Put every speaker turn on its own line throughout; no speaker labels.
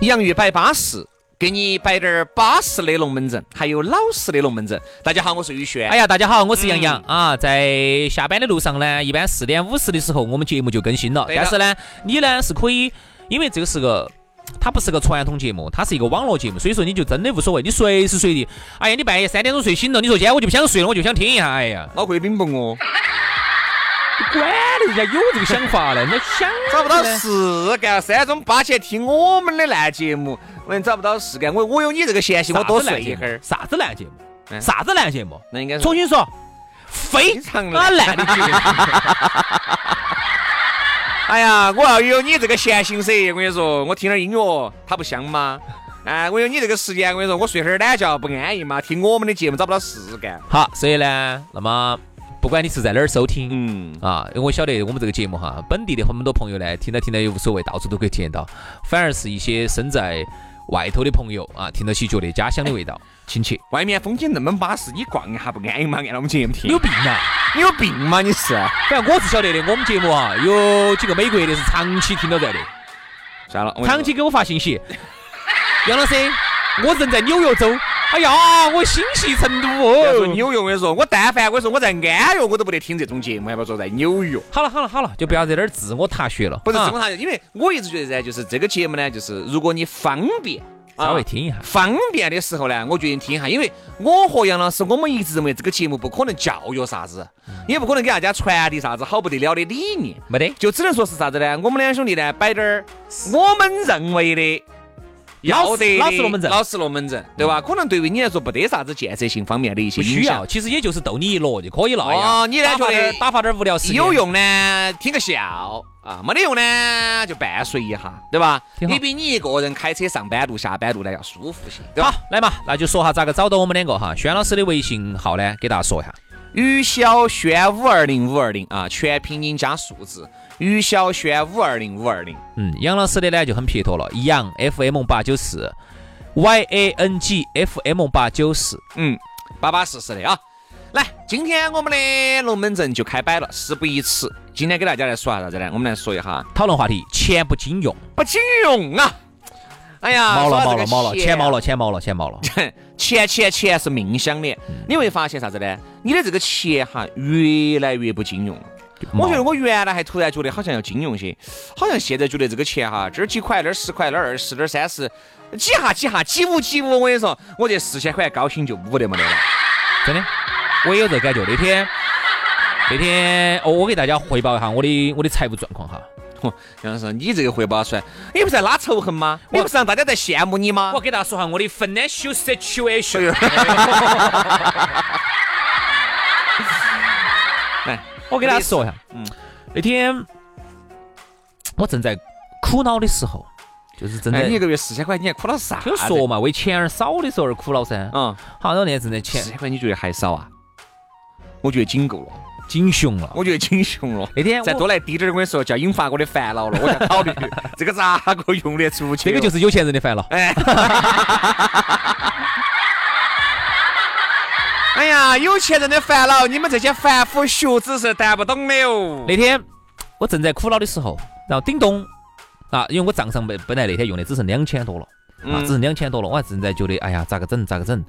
洋芋摆巴适，给你摆点儿巴适的龙门阵，还有老实的龙门阵。大家好，我是宇轩。
哎呀，大家好，我是杨洋、啊，在下班的路上呢，一般四点五十的时候，我们节目就更新了。
对的
但是呢，你呢是可以，因为这个是个。它不是个传统节目，它是一个网络节目，所以说你就真的无所谓，你随时随地。哎呀，你半夜三点钟睡醒了，你说今天我就不想睡了，我就想听一下。哎呀，
老贵宾不我，
管人家有这个想法了，人家想
找不到事干，三中八起来听我们的烂节目。我也找不到事干，我我有你这个闲心，我多啊睡一会儿。
啥子烂节目？
嗯
啥子烂节目？
那应该是
重新说，非
非常
常烂 的节目。
哎呀，我要有你这个闲心噻，我跟你说，我听点音乐，它不香吗？哎，我有你这个时间，我跟你说，我睡会儿懒觉不安逸吗？听我们的节目找不到事干。
好，所以呢，那么不管你是在哪儿收听，
嗯，
啊，因为我晓得我们这个节目哈，本地的很多朋友呢，听到听到也无所谓，到处都可以听得到。反而是一些身在外头的朋友啊，听到起觉得家乡的味道亲切。
外面风景那么巴适，你逛一下不安逸吗？按照我们节目听，
有病啊！
你有病吗？你是？啊
反正我是晓得的，我们节目啊，有几个美国的是长期听到在的，
算了，我跟你说
长期给我发信息，杨老师，我人在纽约州，哎呀，我心系成都
不要说
哦。
纽约，我跟你啊说，我但凡我跟你说我在安岳，我都不得听这种节目，还不要说在纽约。
好了好了好了，就不要在那儿自我踏雪了，
不是
啊
这么啥，因为我一直觉得噻，就是这个节目呢，就是如果你方便，啊
稍微听一下。
方便的时候呢，我决定听一下，因为我和杨老师，我们一直认为这个节目不可能教育啥子，也不可能给大家传递啥子好不得了的理念，
嗯没得，
就只能说是啥子呢？我们两兄弟呢，摆点儿我们认为的。
老
要得的
老实龙门阵嗯
老实龙门阵，对吧？可能对于你来说，不得啥子建设性方面的一些
不需
影响
要，，其实也就是逗你一乐就可以了。哎呀
哦你呢
打发
觉得
点打发点无聊时间
有用呢，听个笑啊；没得用呢，就伴随一下，对吧？
挺好
你比你一个人开车上班路、下班路呢要舒服些，对
好
吧？，
来嘛，那就说下咋个找到我们两个哈。轩老师的微信号呢，给大家说一下。
于小轩五二零五二零啊，全拼音加数字，于小轩五二零五二零。
嗯，杨老师的呢就很撇脱了，杨 FM 八九四，Y A N G F M 八九四。
嗯，巴巴适适的啊。来，今天我们的龙门阵就开摆了，事不宜迟，今天给大家来说下啥子呢？我们来说一下
讨论话题：钱不经用。
不经用啊。哎呀，
毛了
说
毛
到这
了
个
毛了，钱
啊
毛了钱毛了钱毛了。
钱钱钱是命相连，
嗯
你会发现啥子呢？你的这个钱哈，越来越不经用了。我觉得我原来还突然觉得好像要经用些，好像现在觉得这个钱哈，这儿几块，那儿十块，那儿二十，那儿三十，几下几下，几五几五。我跟你说，我这四千块高薪就五得没得了。
真的，我也有这个感觉。那天那天哦，我给大家汇报一下我的我的财务状况哈。
哼杨老师，你这个汇报出来，你不是在拉仇恨吗？你不是让大家在羡慕你吗
我？给大家说下我的 financial situation。
来，
我给大家说一下，
嗯
嗯，那天我正在苦恼的时候，就是正
哎，
在
你一个月四千块，你还哭到啥子？
就说嘛，为钱而少的时候而苦恼噻。
嗯，
好，然后那天正在
四
钱
千块你觉得还少啊？我觉得紧够了。
紧熊了。
我觉得挺凶了。
那天我
再多来滴点儿，我跟你说，就要引发我的烦恼了。我在 考虑这个咋个用得出去
这
哦。
个就是有钱人的烦恼。
哎，哎呀，有钱人的烦恼，你们这些凡夫俗子是谈不懂的哦。
那天我正在苦恼的时候，然后叮咚啊，因为我账上本本来那天用的只剩两千多了，啊，
嗯
只剩两千多了，我还正在觉得，哎呀，咋个整，咋个整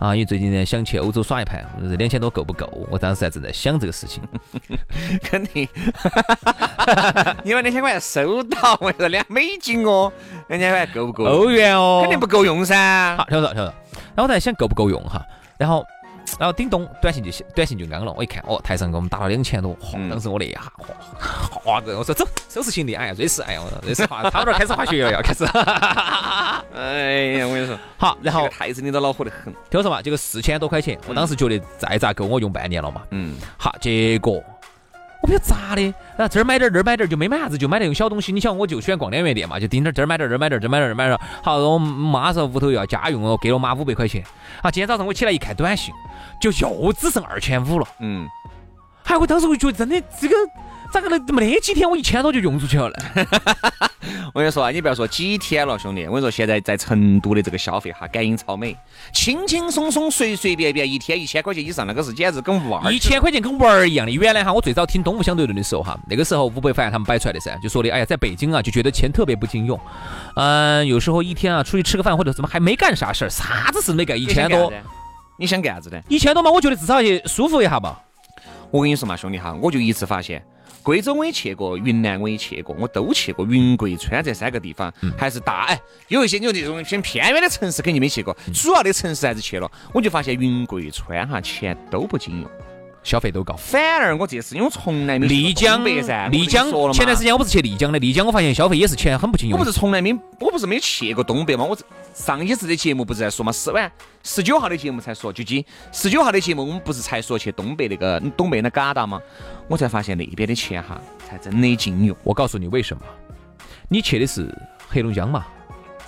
啊，因为最近呢想去欧洲耍一盘，两千多够不够？我当时还正在想这个事 情。
肯定， 你们两千块钱收到，我跟你说两美金哦，两千块钱够不够？
欧元哦，
肯定不够用噻
啊好，。听我说，听我说。然后我在想够不够用哈，然后，然后叮咚，短信就响短信就安了。我一看，哦，台上给我们打了两千多，嚯，
嗯
当时我那一下，嚯，嚯，这我说走，收拾行李，哎呀，瑞士，哎呀，瑞士滑，差不多开始滑雪了，要开始。
哎呀，我跟你说，
好，然后
这个太子你都恼火得很。
听我说嘛，这个四千多块钱，我当时觉得再咋够我用半年了嘛。
嗯，
好，结果。我不晓得咋的，然后这儿买点儿，那儿买点儿，就没买啥子，就买那种小东西。你想，我就喜欢逛两元店嘛，就盯着这儿买点儿，那儿买点儿，这儿买点儿，这儿买点儿。好，我妈说屋头要家用哦，给了我妈五百块钱。啊，今天早上我起来一看短信，就又只剩二千五了。
嗯，
哎，我当时我就觉得真的这个咋个能没得几天，我一千多就用出去了呢？
我跟你说啊，你不要说几天了，兄弟，我跟你说，现在在成都的这个消费哈，赶紧超美，轻轻松松、随随便便，一天一千块钱以上，那个是简直跟玩儿
啊一。千块钱跟玩儿一样的。原来哈，我最早听东吴相对论的时候哈，那个时候吴伯凡他们摆出来的噻，就说的，哎呀，在北京啊，就觉得钱特别不经用。嗯、有时候一天啊，出去吃个饭或者什么，还没干啥事儿，啥子事没干，一千多，，
你想干啥子呢？
一千多嘛，我觉得至少也舒服一下吧。
我跟你说嘛，兄弟哈，我就一直发现，贵州我也去过，云南我也去过，我都去过云贵川这三个地方，
嗯
还是大哎，有一些你说这种偏偏远的城市肯定没去过，
嗯
主要的城市还是去了，我就发现云贵川哈钱都不经用，
消费都高。
反而我这次因为我从来没去过
丽江
东北噻，，
丽江
我跟你说了，嘛
前段时间我不是去丽江的，丽江我发现消费也是钱很不经
我
用
不。是从来没，我不是没去过东北吗？我这上一次的节目不是在说嘛，十晚十九号的节目才说，就今十九号的节目，我们不是才说去东北那个东北那旮瘩吗？我才发现那边的钱哈，才真的经用
我告诉你为什么，你去的是黑龙江嘛，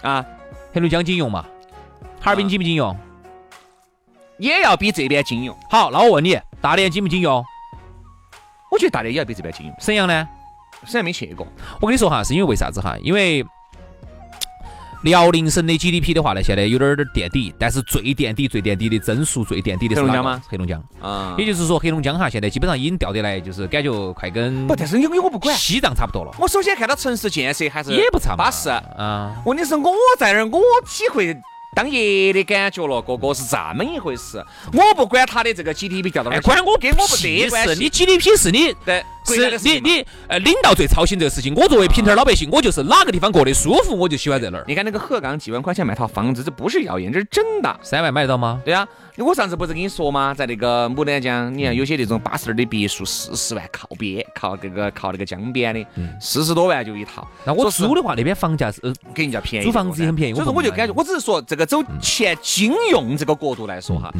啊，
黑龙江经用嘛，哈尔滨
啊
经不经用？
也要比这边经用。
好，那我问你，大连经不经用？
我觉得大连也要比这边经用，
沈阳呢？
虽然没去过，
我跟你说哈，是因为为啥子哈？因为辽宁省的 GDP 的话呢，现在有点儿点儿垫底，但是最垫底、最垫底的增速最垫底的是
黑龙
哪
江
个
吗？
黑龙江，
啊
也就是说黑龙江哈，现在基本上已经掉得来，就是感觉快跟
不，但是因为我不管，
西藏差不多了，
我首先看到城市建设还是
也不差嘛
巴适。
啊。
问题是我在那儿，我体会当爷的感觉了，哥哥是这么一回事。我不管他的这个 GDP 掉到哪
哎，
儿去，
管我
跟我不得
屁
关
事！
系。
你 GDP 是你
对，国家
是
的事
你
情嘛。
你呃领导最操心这个事情。我作为平头老百姓，我就是哪个地方过得舒服，我就喜欢在哪儿。
你看那个鹤岗几万块钱买套房子，这不是谣言，这是真的。
三万买得到吗？
对啊，我上次不是跟你说吗？在那个牡丹江，你看有些那种巴适点儿的别墅，四十万靠边，靠这个靠那个江边的，四十多万就一套。
嗯那我
说实
租的话，那边房价是呃
肯定要便宜，
租房子也很便宜
所以说
我不
我就
买嗯
感觉，我只是说这个走钱经用这个角度来说哈，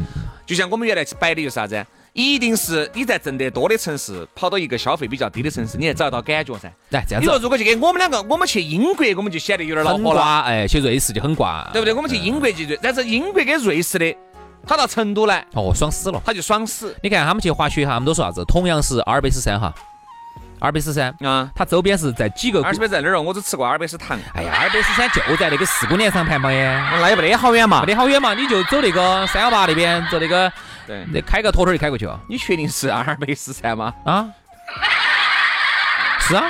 就像我们原来摆的就是啥子，一定是你在挣得多的城市，跑到一个消费比较低的城市，你才找得到感觉噻。
来哎这样
你
子
说，如果去给我们两个，我们去英国，我们就显得有点恼
很
火了。
挂哎，去瑞士就很挂，
对不对？我们去英国去瑞，但是哎英国跟瑞士的，他到成都来，
哦，爽死了。
他就爽死
你看他们去滑雪哈，他们都说啥子？同样是阿尔卑斯山哈，阿尔卑斯山，
啊。
它周边是在几个？
阿尔卑斯在哪儿哦？我只吃过阿尔卑斯糖，
哎呀，阿尔卑斯山就在那个四姑娘山旁边呀，
那也不得好远嘛
没。得好远嘛，你就走那个三幺八那边，走那个
对，
那开个坨坨就开过去了
你确定是阿尔卑斯山吗？
啊。是啊，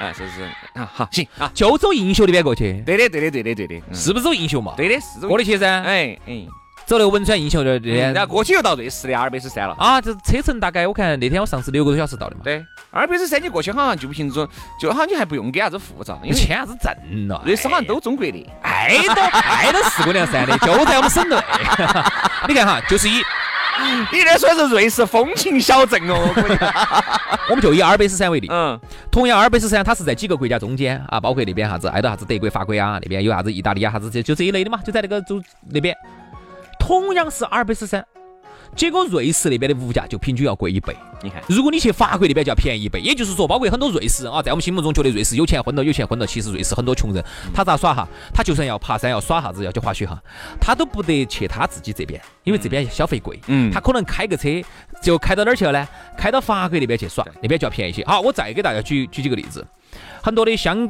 啊，是是啊，好行啊，
就走映秀那边过去，
对的，对的，对的，对的，嗯
是不是走映秀嘛？，
对的，是这么
过得去噻。
哎嗯哎，
走那个汶川映秀那边
然后过去又到瑞士的阿尔卑斯山了。
啊，这车程大概我看那天我上次六个多小时到的嘛。
对，阿尔卑斯山你过去好像就不凭这种，就好像你还不用给啥子护照，因
你
为
签啥子证了？
瑞士好像都中国 的。
挨都挨到四姑娘山的，就在我们省内。 你看哈，就是以
你这算是瑞士风情小镇哦，我跟你讲
我们就以阿尔卑斯山为例，
嗯，
同样阿尔卑斯山它是在几个国家中间啊，包括那边啥子挨到啥子德国、法国啊，那边有啥子意大利啊啥子，这就这一类的嘛，就在那个就那边。同样是阿尔卑斯山，结果瑞士那边的物价就平均要贵一倍。
你看，
如果你去法国那边就要便宜一倍，也就是说，包括很多瑞士人啊，在我们心目中觉得瑞士有钱混了，有钱混了，其实瑞士很多穷人，他咋耍哈？他就算要爬山，要耍啥子，要去滑雪哈，他都不得去他自己这边，因为这边消费贵，
嗯
他可能开个车就开到哪儿去了呢？开到法国那边去耍，那边就要便宜些。好，我再给大家举举几个例子，很多的香。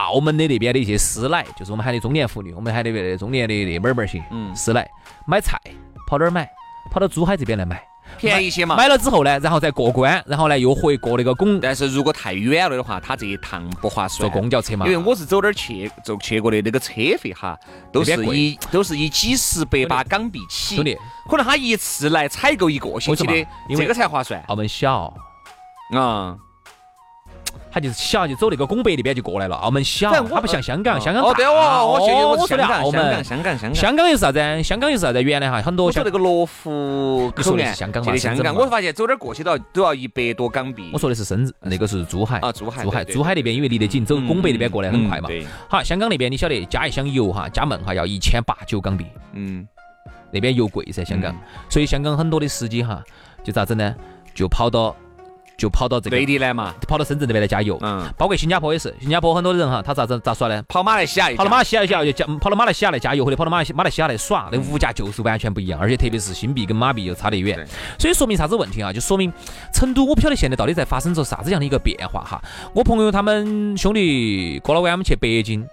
澳门的那边的一些师奶，就是我们喊的中年妇女，我们喊的那中年的那妹儿妹儿些，
嗯
师奶买菜跑哪儿买？跑到珠海这边来买。
便宜些嘛。
买了之后呢，然后再过关，然后呢又回过那个拱，
但是如果太远了的话，他这一趟不划算。
坐公交车嘛
因为我是走点儿去，就去过的那个车费哈，都
那
是
边贵
以都是以几十百把港币起。
兄弟，
可能他一次来采购一个星期
为什
的
么，因为
这个才划算
澳门小，
啊。
他就是小就走那个拱北那边就过来了。澳门小，
但我
它不像香港，香港
哦，
大
对哦，我记得
哦
我是
说
香
的
港，
澳
香港，
门，
香港，香港。
香港又是啥子？香港又是啥子？原来哈很多
嗯我说
像
那个罗湖
你说
口
的
岸，
是香港
记
嘛
得
深
香
圳
港，
嘛
我发现走点儿过去都要都要一百多港币。
我说的是深圳，那个是珠海
啊珠海
珠海，
对对
珠海那边因为离得近，走
嗯
拱北那边过来很快嘛
嗯。对，
好，香港那边你晓得，加一箱油哈，加盟哈要一千八九港币，
嗯，
那边油贵噻，香港
嗯，
所以香港很多的司机哈，就咋整呢？就跑到就跑到这个
内地来嘛，
跑到深圳这边来加油，
嗯，
包括新加坡也是，新加坡很多人哈，他咋整咋耍呢？
跑马来西亚一
跑到
家
马来西亚哦加油，加跑到马来西亚来加油，或者跑到马来西马来西亚来耍，那物价就是完全不一样，而且特别是新币跟马币又差得远
嗯对，
所以说明啥子问题啊？就说明成都，我不晓得现在到底在发生着啥子样的一个变化哈。我朋友他们兄弟过了晚我们去北京。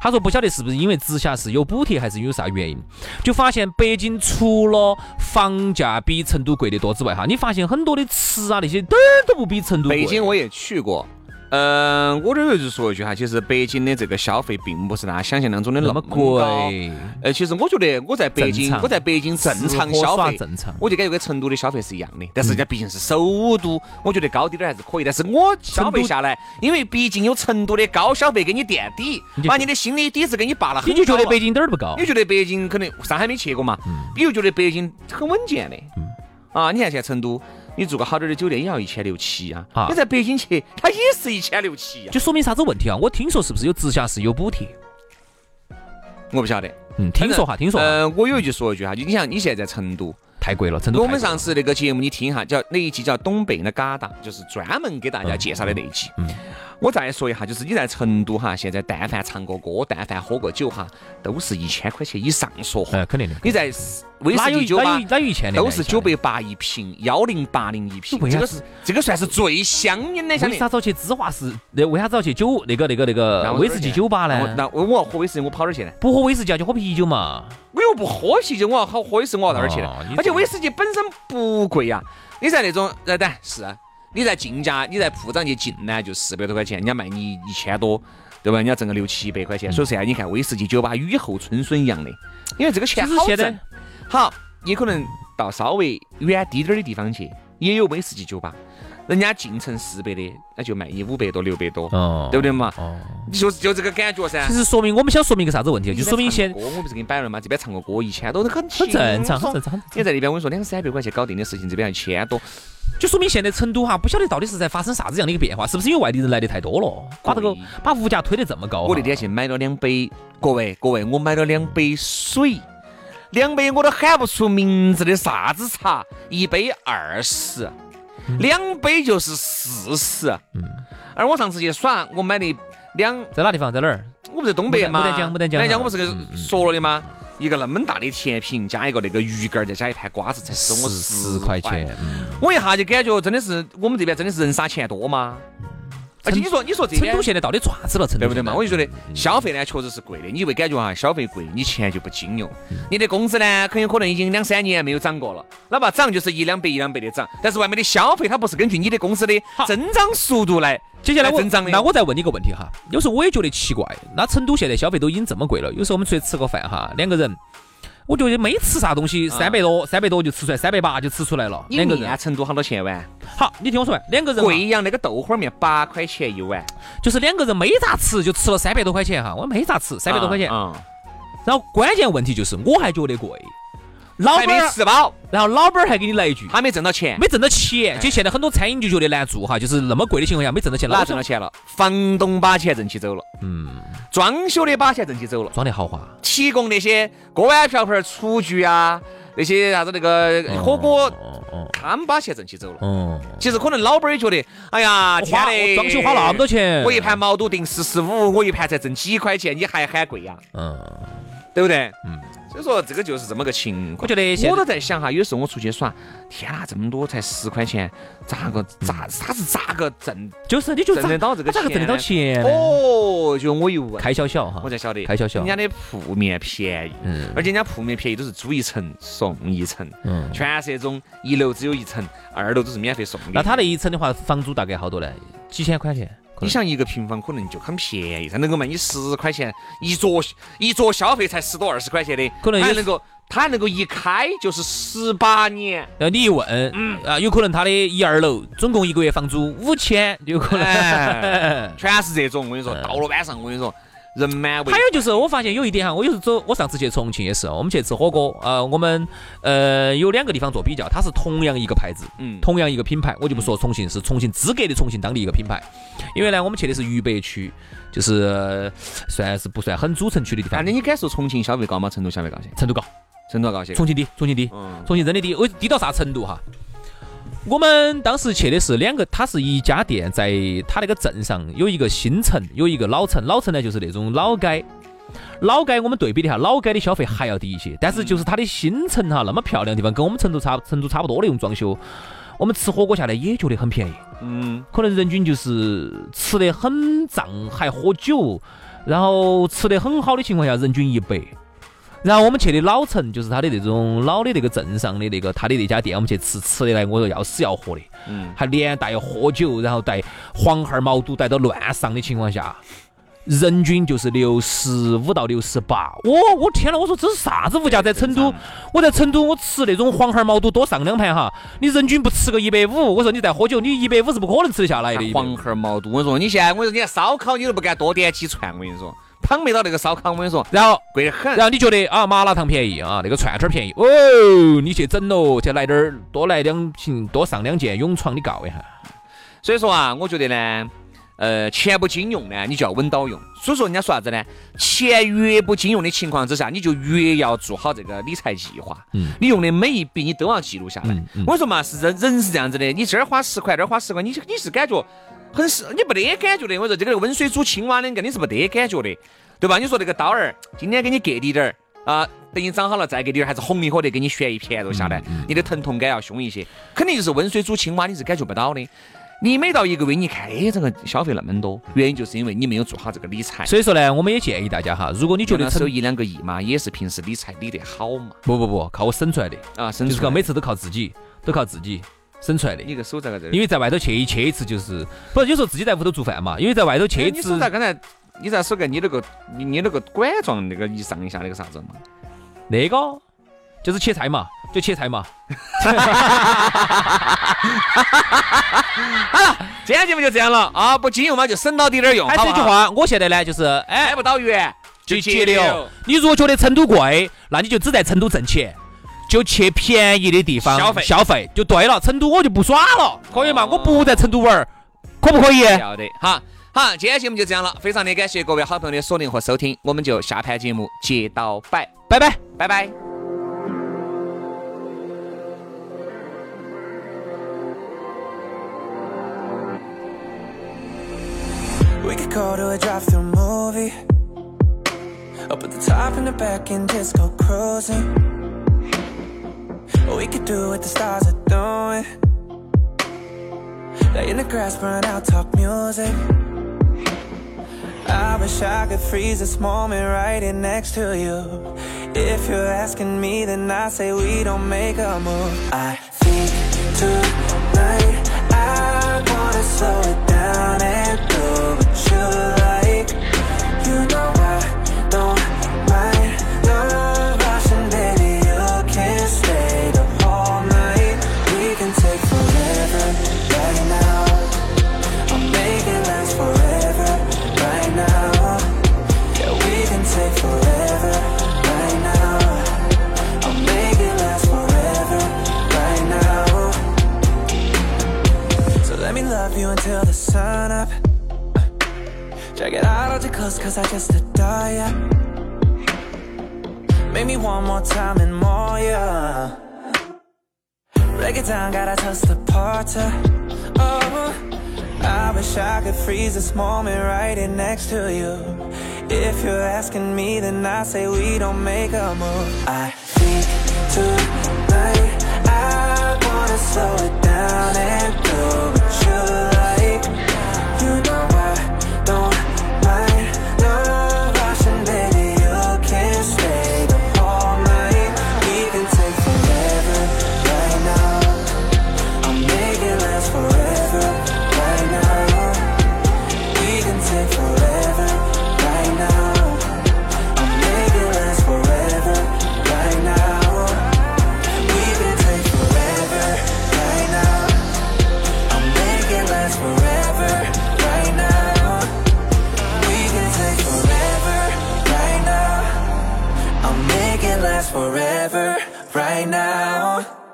他说不晓得是不是因为直辖市有补贴，还是有啥原因，就发现北京除了房价比成都贵得多之外，哈，你发现很多的吃啊那些，点儿都不比成都贵。
北京我也去过，嗯、我这儿就说一句哈，其实北京的这个消费并不是大家想象当中的
那
那
么
么高。
贵，
呃，其实我觉得我在北
正
京
常，
我在北京正常
吃喝
消
耍
费，
正常。嗯
我就感觉跟成都的消费是一样的，但是人家毕竟是首都，我觉得高低点儿还是可以。但是我消费下来，因为毕竟有成都的高消费给你垫底
你，就
把你的心理底子给你拔了很啊
你就觉
高
得
了
北京点儿都不高
你？觉得北京可能上海没去过嘛？
嗯
你又觉得北京很稳健的，啊，你看现在成都，你住个好点儿的酒店也要一千六七啊
啊，
你在北京去，它也是一千六七呀，
就说明啥子问题啊？我听说是不是有直辖市有补贴？
我不晓得。
嗯，听说哈，听说哈
呃，我有一句说一句哈，就你想你现在在成都，
太贵了，成都太贵了。
我们上次那个节目你听一下，叫那一集叫东北的疙瘩，就是专门给大家介绍的那一
嗯
集。我再说一下，就是你在成都哈，现在但凡唱个歌，但凡喝个酒哈，都是一千块钱以上说话。
呃，肯定的，
你在威
哪
士
有
忌酒吧
哪有哪有一千的？
都是九百八一瓶，幺零八零一瓶
这，为啥
这个是这个算是最香烟的香
为
烟
啥。子要去芝华士？那呃为啥子要去酒那个那个那个
然后
威士忌酒吧
然后
呢？
那我我要喝威士忌，我跑哪儿去呢？
不喝威士忌啊就喝啤酒嘛。
我又不喝啤酒，我要好喝的是我要到哪儿去
哦
呢
你？
而且
这
威士忌本身不贵呀、你在那种呃，对，是你在进价，你在铺张去进呢，就四百多块钱，人家卖你一千多，对吧？人家挣个六七百块钱，所以说呀，你看威士忌酒吧雨后春笋一样的，因为这个钱
就是
好
现在
挣。好，你可能到稍微远低点儿的地方去，也有威士忌酒吧，人家进城四百的，那就卖你五百多、六百多，
哦，
对不对嘛？
哦，
就就这个感觉噻
其。实说明我们想说明一个啥子问题？啊就说明现
歌，我不是给你摆了吗？这边唱个歌一千多，都很
很
很
正常，很正常。
你在那边我跟你说两三百块钱搞定的事情，这边要一千多，
就说明现在成都哈，不晓得到底是在发生啥子样的一个变化，是不是因为外地人来的太多了，把这个
贵
把物价推得这么高哈？啊
我那天去买了两杯，各位各位，我买了两杯水，两杯我都喊不出名字的啥子茶，一杯二十，两杯就是四十。嗯，而我上次去耍，我买的两，
在哪地方？在哪儿？
我不是东北嘛，哎
牡丹江牡丹江
我不是嗯跟说了的吗？一个那么大的甜品，加一个那个鱼干儿，再加一盘瓜子，才收我
十
十
块钱。。嗯
我一下就感觉真的是我们这边真的是人傻钱多吗？而且你说你说这
成
边
都现在到底爪子了？成都
对不对
现在
嘛？我就觉得
嗯
消费呢确实是贵的，你会感觉哈消费贵，你钱就不经用，
嗯
你的工资呢很有可能已经两三年没有涨过了，哪怕涨就是一两百一两百的涨，但是外面的消费它不是根据你的工资的
好
增长速度来
接下来我
增长的。
那我再问你一个问题哈，有时候我也觉得奇怪，那成都现在消费都已经这么贵了，有时候我们出去吃个饭哈，两个人，我觉得没吃啥东西，三百多，三百多就吃出来，三百八就吃出来了，
啊你
两个
面
人。
成都好多钱一碗？
好，你听我说完，两个人哈
贵阳那个豆花面八块钱一碗，
就是两个人没咋吃，就吃了三百多块钱哈，我没咋吃，三百多块钱。
啊，
然后关键问题就是我还觉得贵，老
还
板
没
儿，
吃啊饱，
然后老板儿还给你来一句。
还没挣到钱，
哦没挣到钱，就现在很多餐饮就觉得难做哈，就是那么贵的情况下没挣到钱，
哪
老
挣
板
到钱了？房东把钱挣起走了，
嗯，
装修的把钱挣起走了。
装的豪华，
提供那些锅碗瓢盆、厨具啊，那些啥子那个火锅，
哦哦
他们把钱挣起走了。
哦，
其实可能老板儿也觉得，哎呀，
我
天
花
嘞，
我装修花那么多钱，
我一盘毛肚定十十五，我一盘才挣几块钱，你还喊贵呀，啊
嗯。
对不对？
嗯，
所以说这个就是这么个情况。
我觉得现在
我都在想哈，有时候我出去耍，天哪，这么多才十块钱，咋个咋
嗯
他是咋个挣？
就是你就
挣得到这个
咋个挣得到钱呢？
哦，就我一问，
开销小哈，
我才晓得，
开销小
人家的铺面便宜，
嗯
而且人家铺面便宜都是租一层送一层，
嗯。
全是那种一楼只有一层，二楼都是免费送的。
那他那一层的话，房租大概好多呢？几千块钱？可
你
能
想一个平方可能就很便宜，他能够卖你十块钱一桌，一桌消费才十多二十块钱的，
可能
他还
也
能够他还能够一开就是十八年，
然后你一问，
嗯
啊，有可能他的一二楼总共一个月房租五千，有可能。
哎全是这种。我跟你说，到了晚上，我跟你说，人满为
还有就是，我发现有一点哈，我有时候走，我上次去重庆也是，我们去吃火锅，呃，我们呃有两个地方做比较，它是同样一个牌子，
嗯
同样一个品牌，我就不说重庆是重庆资格的重庆当地一个品牌，因为呢，我们去的是渝北区，就是呃算是不算很主城区的地
反
方，
正你敢说重庆消费高吗？成都消费高些？
程度高，
成都高些？
重庆低，重庆低，
嗯，
重庆真的低，我低到啥程度哈？我们当时去的是两个，它是一家店，在它那个镇上有一个新城，有一个老城，老城呢就是那种老街。老街我们对比了一下，老街的消费还要低一些，但是就是它的新城啊哈，那么漂亮的地方，跟我们成都差成都差不多那种装修，我们吃火锅下来也觉得很便宜，
嗯，
可能人均就是吃得很胀，还喝酒，然后吃得很好的情况下，人均一百。然后我们去的老城，就是他的那种老的那个镇上的那个他的那家店，我们去吃吃的来，我说要死要活的，
嗯，
还连带喝酒，然后带黄孩儿毛肚带到乱上的情况下，人均就是六十五到六十八。我我天呐，我说这是啥子物价？在成都，我在成都我吃那种黄孩儿毛肚多上两盘哈，你人均不吃个一百五，我说你在喝酒，你一百五是不可能吃得下来的。
黄喉毛肚，我跟你说，你现在我跟你说，你看烧烤你都不敢多点几串，我跟你说，胖没到那个烧烤，我跟你说，
然后
贵得很
然。后你觉得啊，麻辣烫便宜啊，那个串串便宜哦，你去整喽，去来点儿，多来两瓶，多上两件永创，你告一下。
哎所以说啊，我觉得呢，呃，钱不经用呢，你就要稳到用。所以说人家说啥子呢？钱越不经用的情况之下，你就越要做好这个理财计划。
嗯
你用的每一笔你都要记录下来。
嗯嗯
我说嘛，是人人是这样子的，你这儿花十块，那儿花十块，你你是感觉很是，你没得感觉的。我说这个温水煮青蛙的，你是没得感觉的，对吧？你说那个刀儿，今天给你割滴点儿。啊，等你长好了再给点儿，还是红一火的给你悬一片肉
嗯
下来，你的疼痛感要凶一些，肯定就是温水煮青蛙，你是感觉不到的。你每到一个月，你看，哎，这个消费那么多，原因就是因为你没有做好这个理财。
所以说呢，我们也建议大家哈，如果你觉
觉
得
得
成
收一两个亿嘛，也是平时理财理得好嘛，
不不不，靠我省出来的，
啊，省
就是靠
出
每
来。
次都靠自己，都靠自己省出来的。
你个手咋个这儿？
因为在外头去一去一次就是，不是有时候自己在屋头做饭嘛，因为在外头去
哎
一
你
次
手咋刚才你咋手个你那个你你那个管状那个一上一下那个啥子嘛？
那个就是切菜嘛，就切菜嘛。
今天节目就这样了啊，不经用嘛就省到底点儿用，
还
好
是
不
一句
好，啊
话，我现在呢就是哎
还不到月
就节流。。你如果觉得成都贵，那你就只在成都挣钱，就去便宜的地方
消费
消费就对了。成都我就不耍了，可以嘛？
哦
我不在成都玩儿，可不可 以？啊
要的哈。好，今天节目就这样了，非常的感谢各位好朋友的锁定和收听，我们就下盘节目接到摆，
拜拜。
拜拜。
We could go to a drive-through movie. Up at the top and the back and just go cruising. We could do what the stars are doing. Lay in the grass, burn out, talk music. I wish I could freeze this moment right here next to you. If you're asking me, then I say we don't make a move. I think tonight I wanna slow it down and do what you like. You know I don't mind the rushing, baby. You can stay the whole night. We can take forever right now. I'll make it last forever, right now. Yeah, we can take forever, right now. I'll make it last forever, right now. So let me love you until the sun up. Check it out, all your clothes, cause I just adore ya. Make me one more time and more, yeah. Break it down, gotta toast the porter. Oh, I wish I could freeze this moment right here next to you. If you're asking me, then I say we don't make a move. I think tonight I wanna slow it down and do what you like. You know I don't mind, no rushing, baby. You can stay the whole night. We can take forever right now. I'll make it last forever right now. We can take forever right now. I'll make it last forever right now. We can take forever right now. I'll make it last forever right now. We can take forever right now. I'll make it last forever right now.